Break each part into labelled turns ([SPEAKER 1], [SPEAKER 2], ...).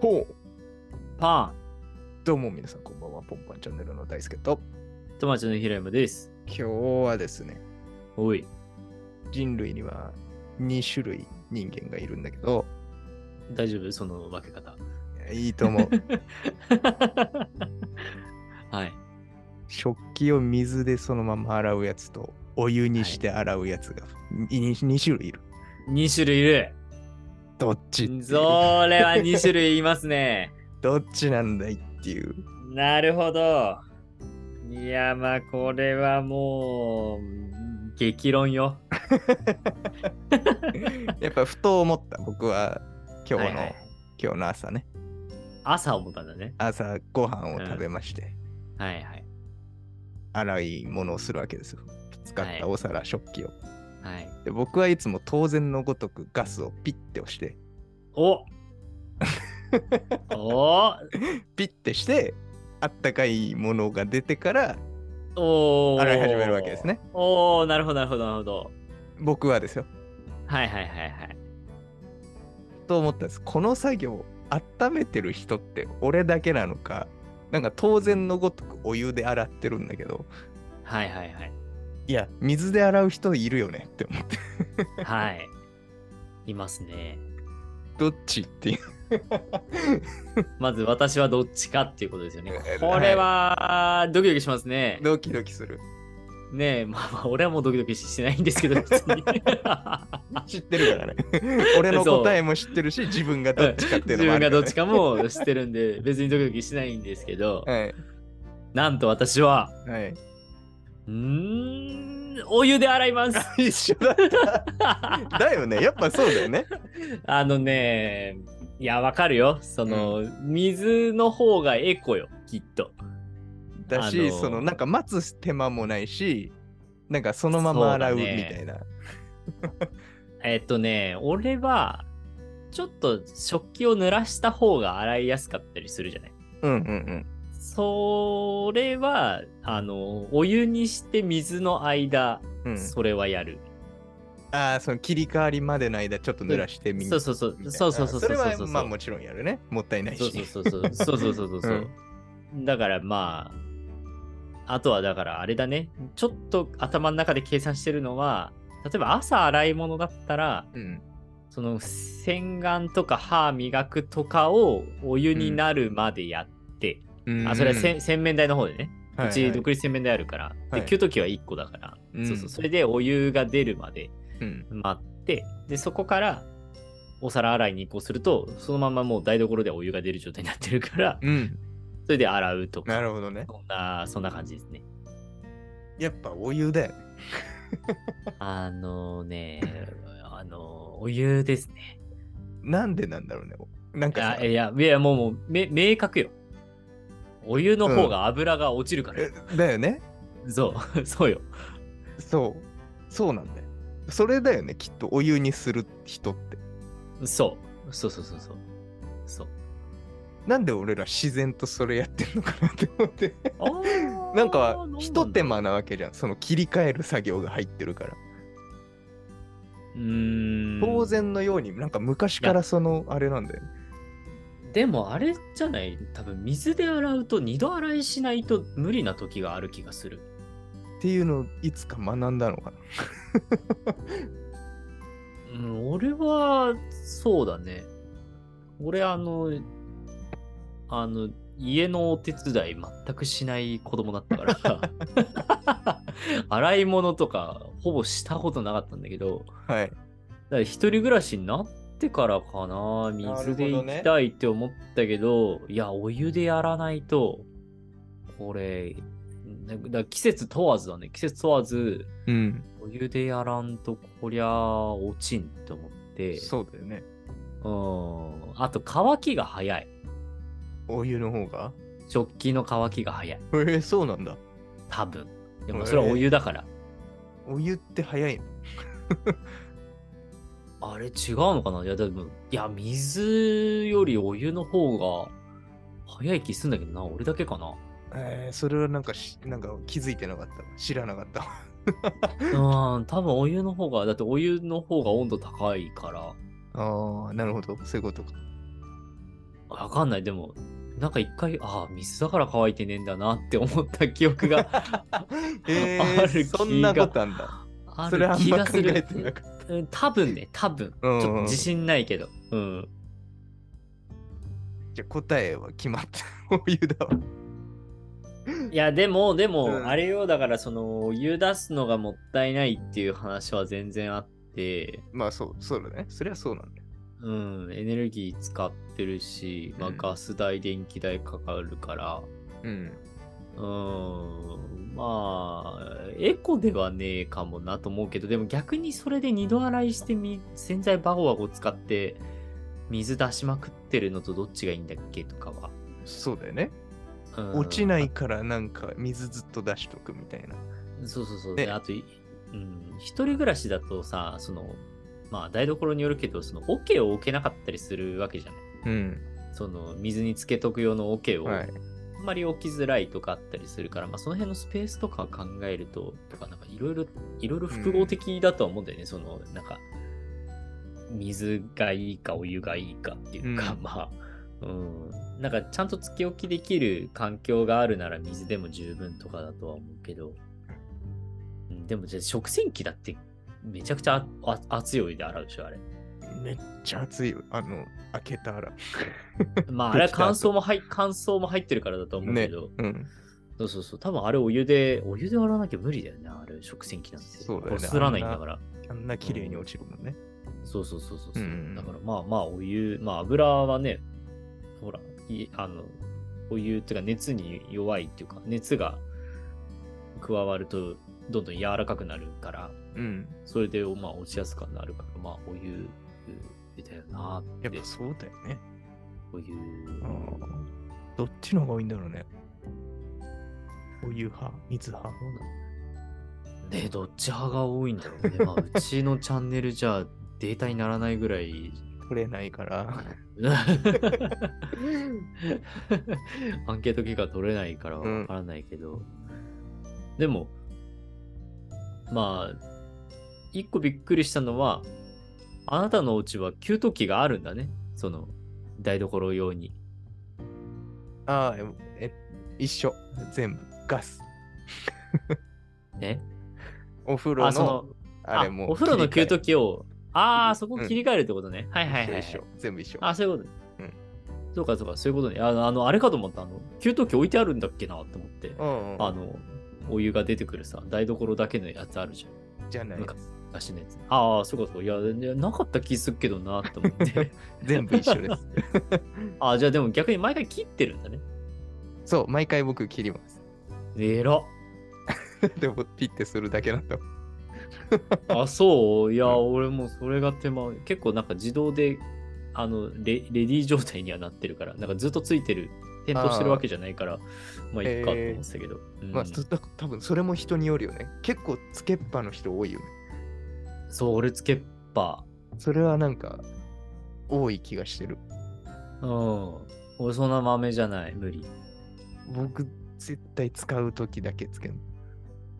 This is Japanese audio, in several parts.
[SPEAKER 1] ほう。
[SPEAKER 2] パ
[SPEAKER 1] どうも皆さん、こんばんは。ポンパンチャンネルの大輔と、
[SPEAKER 2] ン、友達の平山です。
[SPEAKER 1] 今日はですね、
[SPEAKER 2] おい、
[SPEAKER 1] 人類には2種類人間がいるんだけど、
[SPEAKER 2] 大丈夫その分け方。
[SPEAKER 1] いいと思う。
[SPEAKER 2] はい。
[SPEAKER 1] 食器を水でそのまま洗うやつと、お湯にして洗うやつが 2, 種類いる。
[SPEAKER 2] 2種類いる。
[SPEAKER 1] どっちっていう
[SPEAKER 2] それは2種類いますね。
[SPEAKER 1] どっちなんだいって いう。
[SPEAKER 2] なるほど。いや、まあ、これはもう、激論よ。
[SPEAKER 1] やっぱふと思った、僕は今日の、
[SPEAKER 2] はいはい
[SPEAKER 1] 今日の朝ね、
[SPEAKER 2] 朝思ったんだね。
[SPEAKER 1] 朝ご飯を食べまして、
[SPEAKER 2] はいはい。
[SPEAKER 1] 洗い物をするわけですよ。使ったお皿、食器を。
[SPEAKER 2] はい。
[SPEAKER 1] で僕はいつも当然のごとくガスをピッて押して
[SPEAKER 2] おお
[SPEAKER 1] ピッてしてあったかいものが出てから
[SPEAKER 2] おー
[SPEAKER 1] 洗い始めるわけですね。
[SPEAKER 2] おおなるほどなるほどなるほど。
[SPEAKER 1] 僕はですよ
[SPEAKER 2] はいはいはいはい。
[SPEAKER 1] と思ったんですこの作業温めてる人って俺だけなのかなんか当然のごとくお湯で洗ってるんだけど
[SPEAKER 2] はいはいはい。
[SPEAKER 1] いや水で洗う人いるよねって思って
[SPEAKER 2] はい。いますね。
[SPEAKER 1] どっちって いう
[SPEAKER 2] まず私はどっちかっていうことですよね
[SPEAKER 1] え。ー
[SPEAKER 2] これはドキドキしますね。
[SPEAKER 1] ドキドキする
[SPEAKER 2] ねえ、まあまあ、俺はもうドキドキしてないんで すけど、別に。
[SPEAKER 1] 知ってる からね俺の答えも知ってるし自分がどっちかっていう
[SPEAKER 2] 自
[SPEAKER 1] のもある
[SPEAKER 2] 分が
[SPEAKER 1] か
[SPEAKER 2] ど
[SPEAKER 1] ら
[SPEAKER 2] っちかも知ってる んで、別にドキドキしないんですけど、
[SPEAKER 1] ね
[SPEAKER 2] なんと私は、
[SPEAKER 1] はい、はい、
[SPEAKER 2] うーん、お湯で洗います。
[SPEAKER 1] 一緒だっただよねやっぱそうだよね
[SPEAKER 2] あのね、いや、わかるよ。その、水の方がエコよ、きっと。
[SPEAKER 1] だし、
[SPEAKER 2] あのー
[SPEAKER 1] そのなんか待つ手間もないしなんかそのまま洗うみたいな、
[SPEAKER 2] えっとね、俺は、ちょっと食器を濡らした方が洗いやすかったりするじゃない。
[SPEAKER 1] うんうん
[SPEAKER 2] それは、あの、お湯にして水の間、
[SPEAKER 1] うんうん
[SPEAKER 2] それはやる。
[SPEAKER 1] ああその切り替わりまでの間ちょっと濡らしてみ
[SPEAKER 2] そうそうそう
[SPEAKER 1] みたいな
[SPEAKER 2] そうそうそう
[SPEAKER 1] それ
[SPEAKER 2] そう
[SPEAKER 1] は
[SPEAKER 2] そう
[SPEAKER 1] まあもちろんやるねもったいないし
[SPEAKER 2] そうそうそうそうそうそうそうそうそう、だからまああとはだからあれだねちょっと頭の中で計算してるのは例えば朝洗い物だったら
[SPEAKER 1] うん
[SPEAKER 2] その洗顔とか歯磨くとかをお湯になるまでやって、
[SPEAKER 1] うん
[SPEAKER 2] あそれはせん洗面台の方でね、
[SPEAKER 1] はいうは
[SPEAKER 2] ち
[SPEAKER 1] い
[SPEAKER 2] 独立洗面台あるから、
[SPEAKER 1] はい
[SPEAKER 2] で給湯器は1個だから、
[SPEAKER 1] うん
[SPEAKER 2] そうそうそれでお湯が出るまで
[SPEAKER 1] うん
[SPEAKER 2] 待ってでそこからお皿洗いに移行するとそのままもう台所でお湯が出る状態になってるから
[SPEAKER 1] うん
[SPEAKER 2] それで洗うとか
[SPEAKER 1] なるほどね
[SPEAKER 2] そんなそんな感じですね
[SPEAKER 1] やっぱお湯だよね
[SPEAKER 2] あのねあのお湯ですね
[SPEAKER 1] なんでなんだろうねなん
[SPEAKER 2] い
[SPEAKER 1] かさ
[SPEAKER 2] やいやいやもうもうめ明確よお湯の方が油が落ちるから、
[SPEAKER 1] えだよね
[SPEAKER 2] そうそう よ
[SPEAKER 1] そうそうなんだよそれだよねきっとお湯にする人って
[SPEAKER 2] そうそうそうそうそうそう
[SPEAKER 1] なんで俺ら自然とそれやってるのかなって思って
[SPEAKER 2] あー
[SPEAKER 1] なんか
[SPEAKER 2] どう
[SPEAKER 1] ひ
[SPEAKER 2] だろ
[SPEAKER 1] と
[SPEAKER 2] う
[SPEAKER 1] 手間なわけじゃんその切り替える作業が入ってるから、
[SPEAKER 2] うーん
[SPEAKER 1] 当然のようになんか昔からそのあれなんだよね
[SPEAKER 2] でもあれじゃない多分水で洗うと二度洗いしないと無理な時がある気がする。
[SPEAKER 1] っていうのをいつか学んだのかな
[SPEAKER 2] うん、俺はそうだね。俺あの、あの、家のお手伝い全くしない子供だったから、洗い物とかほぼしたことなかったんだけど、
[SPEAKER 1] はい
[SPEAKER 2] だから一人暮らしになってからかな、水で
[SPEAKER 1] なるほ
[SPEAKER 2] 行
[SPEAKER 1] どね
[SPEAKER 2] きたいって思ったけど、いや、お湯でやらないと、これ、だだから季節問わずだね、季節問わず、
[SPEAKER 1] うん
[SPEAKER 2] お湯でやらんと、こりゃ、落ちんと思って、
[SPEAKER 1] そうだよね
[SPEAKER 2] うん、あと乾きが早い。
[SPEAKER 1] お湯の方が
[SPEAKER 2] 食器の乾きが早い。
[SPEAKER 1] えー、そうなんだ
[SPEAKER 2] 多分。でもそれはお湯だから。
[SPEAKER 1] お湯って早いの
[SPEAKER 2] あれ違うのかないや、でも、いや、水よりお湯の方が早い気すんだけどな、俺だけかな。
[SPEAKER 1] えー、それはなんかしなんか気づいてなかった知らなかった わ
[SPEAKER 2] うん、多分お湯の方が、だってお湯の方が温度高いから、
[SPEAKER 1] あーなるほどそういうことか
[SPEAKER 2] わかんない。でも、なんか一回、ああ、水だから乾いてねえんだなって思った記 憶が
[SPEAKER 1] え
[SPEAKER 2] ある気が
[SPEAKER 1] そんなことあんだ。
[SPEAKER 2] あ
[SPEAKER 1] それ
[SPEAKER 2] る
[SPEAKER 1] あん
[SPEAKER 2] 気
[SPEAKER 1] ま
[SPEAKER 2] が
[SPEAKER 1] 考
[SPEAKER 2] す
[SPEAKER 1] え
[SPEAKER 2] る
[SPEAKER 1] て。なかった。
[SPEAKER 2] うん多分ね、多分。ち
[SPEAKER 1] うんう
[SPEAKER 2] ょ
[SPEAKER 1] ん
[SPEAKER 2] っと自信ないけど。うん。
[SPEAKER 1] じゃあ答えは決まった。 お湯だわ。
[SPEAKER 2] いや、でも、でも、
[SPEAKER 1] うん
[SPEAKER 2] あれよ、だから、その、お湯出すのがもったいないっていう話は全然あって、
[SPEAKER 1] まあそう、そうだね。それはそうなんだよ。
[SPEAKER 2] うん、エネルギー使ってるし、まあ、
[SPEAKER 1] うん
[SPEAKER 2] ガス代、電気代かかるから、
[SPEAKER 1] うん。
[SPEAKER 2] うーん、まあ、エコではねえかもなと思うけど、でも逆にそれで二度洗いしてみ、洗剤バゴバゴ使って、水出しまくってるのとどっちがいいんだっけとかは。
[SPEAKER 1] そうだよね。
[SPEAKER 2] うん
[SPEAKER 1] 落ちないからなんか水ずっと出しとくみたいな。
[SPEAKER 2] そうそうそう。
[SPEAKER 1] ね
[SPEAKER 2] であと、いうん、一人暮らしだとさ、その、まあ台所によるけど、その、桶を置けなかったりするわけじゃない。
[SPEAKER 1] うん。
[SPEAKER 2] その、水につけとく用の桶を、
[SPEAKER 1] はい。
[SPEAKER 2] あんまり置きづらいとかあったりするから、まあ、その辺のスペースとかを考えると、とか、なんかいろいろ、いろいろ複合的だとは思うんだよね、その、なんか、水がいいかお湯がいいかっていうか、
[SPEAKER 1] うん
[SPEAKER 2] まあ、うん、なんかちゃんとつけ置きできる環境があるなら水でも十分とかだとは思うけど、うんでもじゃあ食洗機だってめちゃくちゃああ熱いお湯で洗うでしょ、あれ。
[SPEAKER 1] めっちゃ熱いよ。あの、開けたら。
[SPEAKER 2] まあ、あれは乾燥も入乾燥も入ってるからだと思うけど、
[SPEAKER 1] うん。
[SPEAKER 2] そうそうそう。多分あれお湯で、お湯で洗わなきゃ無理だよね。あれ食洗機なんて。
[SPEAKER 1] そうだよね
[SPEAKER 2] こすらないんだから。
[SPEAKER 1] あんな綺麗に落ちるもんね。
[SPEAKER 2] そうそうそうそうそう、
[SPEAKER 1] うんうんうん
[SPEAKER 2] だからまあまあお湯、まあ油はね、ほら、いあの、お湯っていうか熱に弱いっていうか、熱が加わるとどんどん柔らかくなるから、
[SPEAKER 1] うん。
[SPEAKER 2] それでまあ落ちやすくなるから、まあお湯だよな
[SPEAKER 1] やっ
[SPEAKER 2] っ
[SPEAKER 1] てぱ、そうだよね。
[SPEAKER 2] お湯。
[SPEAKER 1] どっちの方が多いんだろうね。お湯派、水派。
[SPEAKER 2] ねどっち派が多いんだろ うね。まあうちのチャンネルじゃデータにならないぐらい
[SPEAKER 1] 取れないから。
[SPEAKER 2] アンケート結果取れないからわからないけど、でもまあ一個びっくりしたのはあなたのお家は給湯器があるんだねその台所用に
[SPEAKER 1] ああ、え、一緒。全部。ガス。
[SPEAKER 2] ね
[SPEAKER 1] お風呂
[SPEAKER 2] あそ
[SPEAKER 1] の、
[SPEAKER 2] の
[SPEAKER 1] あれも。
[SPEAKER 2] お風呂の給
[SPEAKER 1] 切
[SPEAKER 2] 湯
[SPEAKER 1] り
[SPEAKER 2] 器をああそこ
[SPEAKER 1] うん
[SPEAKER 2] 切り替えるってことね、はいはい
[SPEAKER 1] 替
[SPEAKER 2] はい、
[SPEAKER 1] え
[SPEAKER 2] はい、
[SPEAKER 1] 一緒一緒。全部一緒。
[SPEAKER 2] あ、そういうこと。
[SPEAKER 1] うん
[SPEAKER 2] そうかそうか、そういうことね。あの、あのあれかと思った。あの、給湯器置いてあるんだっけなと思って。
[SPEAKER 1] うんうん
[SPEAKER 2] あの、お湯が出てくるさ、台所だけのやつあるじゃん。
[SPEAKER 1] じゃないです。
[SPEAKER 2] 昔のやつ。ああ、そうかそうか。いや、いやなかった気すっけどなと 思って。
[SPEAKER 1] 全部一緒です。
[SPEAKER 2] ああ、じゃあでも逆に毎回切ってるんだね。
[SPEAKER 1] そう、毎回僕切ります。
[SPEAKER 2] えら。
[SPEAKER 1] でも、ピッてするだけなんだもん。
[SPEAKER 2] あ、そういや、
[SPEAKER 1] うん
[SPEAKER 2] 俺もそれが手間。結構なんか自動で、あのレ、レディー状態にはなってるから、なんかずっとついてる。点灯してるわけじゃないから、まあ、いっかと思ってたけど。うん
[SPEAKER 1] まあ、そた多分それも人によるよね。結構つけっぱの人多いよね。
[SPEAKER 2] そう、俺つけっぱ。
[SPEAKER 1] それはなんか、多い気がしてる。
[SPEAKER 2] うん。俺そんな豆じゃない。無理。
[SPEAKER 1] 僕、絶対使う時だけつける。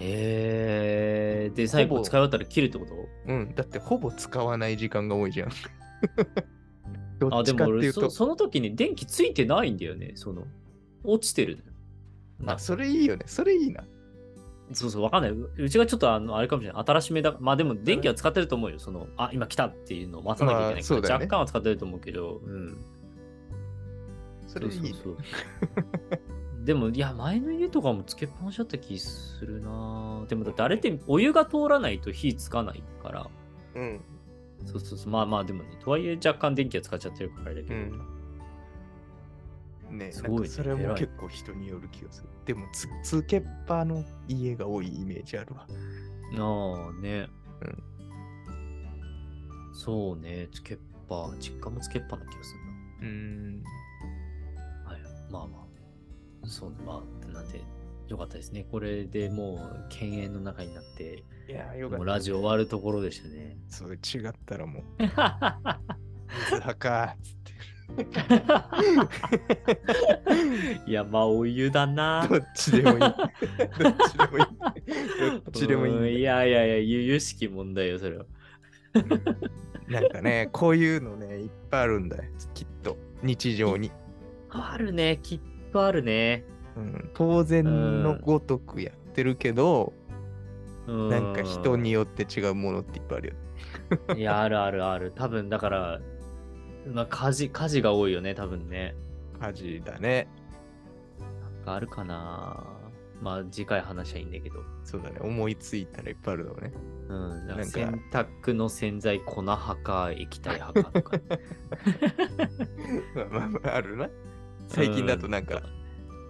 [SPEAKER 2] えー、で、最後使い終わったら切るってこと
[SPEAKER 1] うん、だってほぼ使わない時間が多いじゃん。 ど
[SPEAKER 2] あ、
[SPEAKER 1] っ
[SPEAKER 2] で
[SPEAKER 1] ちか
[SPEAKER 2] も
[SPEAKER 1] ってい
[SPEAKER 2] 俺
[SPEAKER 1] う
[SPEAKER 2] そ、
[SPEAKER 1] と、
[SPEAKER 2] その時に電気ついてないんだよね。その、落ちてるのよ。な
[SPEAKER 1] あ、それいいよね。それいいな。
[SPEAKER 2] そうそう、わかんない。ううちがちょっとあの、あれかもしれない。新しめだ。まあでも電気は使ってると思うよ。その、あ、今来たっていうのを待たなきゃいけ
[SPEAKER 1] ま
[SPEAKER 2] ない
[SPEAKER 1] あ
[SPEAKER 2] か
[SPEAKER 1] そう
[SPEAKER 2] ら、
[SPEAKER 1] だよね
[SPEAKER 2] 若干は使ってると思うけど、うん。
[SPEAKER 1] それいい、ね。
[SPEAKER 2] そうそうそう。でも、いや、前の家とかもつけっぱなしだった気するなぁでも、だってあれってお湯が通らないと火つかないから、
[SPEAKER 1] うん。
[SPEAKER 2] そうそうそう、まあまあでもね、とはいえ若干電気は使っちゃってるからあれだけ
[SPEAKER 1] う
[SPEAKER 2] ど、
[SPEAKER 1] ん。ね
[SPEAKER 2] す
[SPEAKER 1] なん
[SPEAKER 2] ごいね
[SPEAKER 1] かそれ
[SPEAKER 2] 偉
[SPEAKER 1] も
[SPEAKER 2] い
[SPEAKER 1] 結構人による気がする。でもつ、つけっぱの家が多いイメージあるわ。
[SPEAKER 2] ああね、
[SPEAKER 1] うん
[SPEAKER 2] そうね、つけっぱ、実家もつけっぱな気がする
[SPEAKER 1] うーん。
[SPEAKER 2] な。はい、まあまあ、そうね、まあ、なんで、よかったですね。これでもう、犬猿の中になって、
[SPEAKER 1] いやー、よか
[SPEAKER 2] も
[SPEAKER 1] っ
[SPEAKER 2] う
[SPEAKER 1] た。
[SPEAKER 2] ラジオ終わるところでしたね。
[SPEAKER 1] そう、違ったらもう、水派かーっつって。
[SPEAKER 2] いや、まあ、お湯だな。
[SPEAKER 1] どっちでもいい。どっちでもいい。どっちでもいいん
[SPEAKER 2] う
[SPEAKER 1] だ
[SPEAKER 2] んいやいやいや、ゆゆしき問題よ、それは。
[SPEAKER 1] うんなんかね、こういうのね、いっぱいあるんだよ、きっと。日常に、
[SPEAKER 2] あるね、きっとあるね。
[SPEAKER 1] うん、当然のごとくやってるけど、
[SPEAKER 2] うん
[SPEAKER 1] なんか人によって違うものっていっぱいあるよね
[SPEAKER 2] いや、あるあるある。多分だから、まあ、家事、家事が多いよね、多分ね。
[SPEAKER 1] 家事だね
[SPEAKER 2] なんかあるかな。まあ、次回話しゃいいんだけど。
[SPEAKER 1] そうだね思いついたらいっぱいあるだろうね
[SPEAKER 2] うん、
[SPEAKER 1] なん
[SPEAKER 2] だ
[SPEAKER 1] か
[SPEAKER 2] から洗濯の洗剤粉派か液体派かと か。
[SPEAKER 1] まあまあまああるな最近だとなんか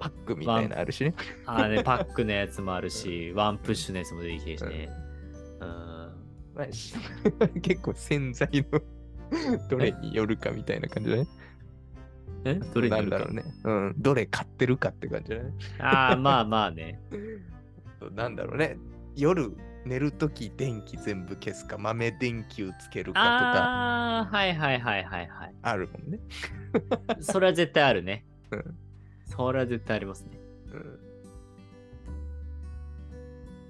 [SPEAKER 1] パックみたいなのあるしね、
[SPEAKER 2] あーね、パックのやつもあるし、ワンプッシュのやつも出てきてるしね。うん。
[SPEAKER 1] まあし 結構洗剤の どれによるかみたいな感じだね
[SPEAKER 2] えどれに
[SPEAKER 1] な
[SPEAKER 2] よ
[SPEAKER 1] ん
[SPEAKER 2] る
[SPEAKER 1] だ
[SPEAKER 2] か
[SPEAKER 1] ろうね、うん、どれ買ってるかって感じだね
[SPEAKER 2] ああ、まあま あね。
[SPEAKER 1] そうなんだろうね夜寝るとき電気全部消すか豆電球つけるかとか
[SPEAKER 2] ああ、はいはいはいはいはい。
[SPEAKER 1] あるもんね、
[SPEAKER 2] それは絶対あるね
[SPEAKER 1] うん。
[SPEAKER 2] それは絶対ありますね。
[SPEAKER 1] うん、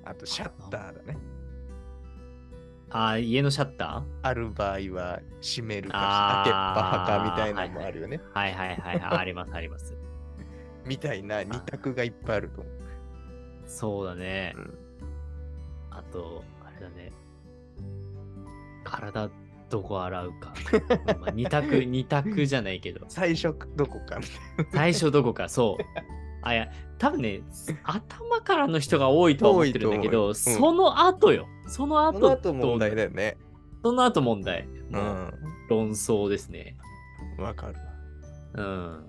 [SPEAKER 1] あとシャッターだね
[SPEAKER 2] ああ、家のシャッタ
[SPEAKER 1] ある場合は閉めるか
[SPEAKER 2] あ
[SPEAKER 1] 開
[SPEAKER 2] ー
[SPEAKER 1] けっぱ派かみたいなのもあるよね、
[SPEAKER 2] ーはいはいはいはい。ありますあります。
[SPEAKER 1] みたいな二択がいっぱいあると思う
[SPEAKER 2] そうだね。
[SPEAKER 1] うん
[SPEAKER 2] あと、あれだね。体どこ洗うか。まあ、二 択、二択じゃないけど。
[SPEAKER 1] 最初どこかみたい
[SPEAKER 2] 最初どこか、そう。あ、いや、多分ね、頭からの人が多いとは思ってるんだけど、
[SPEAKER 1] 多いと思う
[SPEAKER 2] その後よ。その
[SPEAKER 1] な
[SPEAKER 2] 後
[SPEAKER 1] その後問題だよね
[SPEAKER 2] その後問題。
[SPEAKER 1] う
[SPEAKER 2] もうん論争ですね。
[SPEAKER 1] わかるわ
[SPEAKER 2] うん。
[SPEAKER 1] っ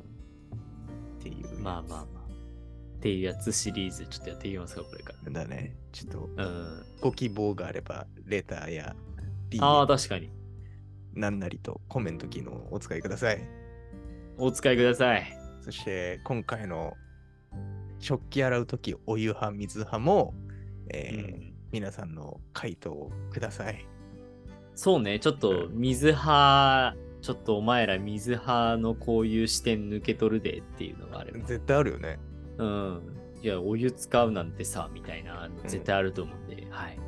[SPEAKER 1] ていう
[SPEAKER 2] まあまあまあ。っていうやつシリーズ、ちょっとやっていきますか、これか
[SPEAKER 1] あだねちょっと
[SPEAKER 2] ら。うん。
[SPEAKER 1] ご希望があればレターや DM
[SPEAKER 2] ああ、確かに。
[SPEAKER 1] なんなりとコメント機能をお使いください。
[SPEAKER 2] お使いください。
[SPEAKER 1] そして今回の食器洗うときお湯派水派も、えー
[SPEAKER 2] うん
[SPEAKER 1] 皆さんの回答をください。
[SPEAKER 2] そうね、ちょっと水派、ちょっとお前ら水派のこういう視点抜け取るでっていうのがあれば。
[SPEAKER 1] 絶対あるよね。
[SPEAKER 2] うん。いや、お湯使うなんてさ、みたいな、あの
[SPEAKER 1] うん
[SPEAKER 2] 絶対あると思うんで、はい。あの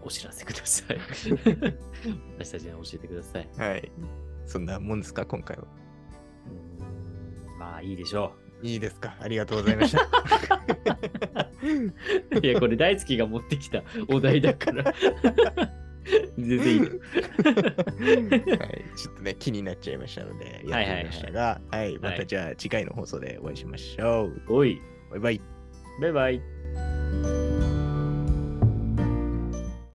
[SPEAKER 2] お知らせください。私たちに教えてください。
[SPEAKER 1] はい。そんなもんですか今回は。
[SPEAKER 2] うんまあいいでしょ
[SPEAKER 1] いいですかありがとうござい ました。
[SPEAKER 2] う。いや、これ大好きが持ってきたお題だから。全然いいよ。
[SPEAKER 1] はい、ちょっとね気になっちゃいましたのでやってみましたが、はいまたじゃあ次回の放送でお会いしましょう。
[SPEAKER 2] おい、
[SPEAKER 1] バイバイ。
[SPEAKER 2] バイバイ。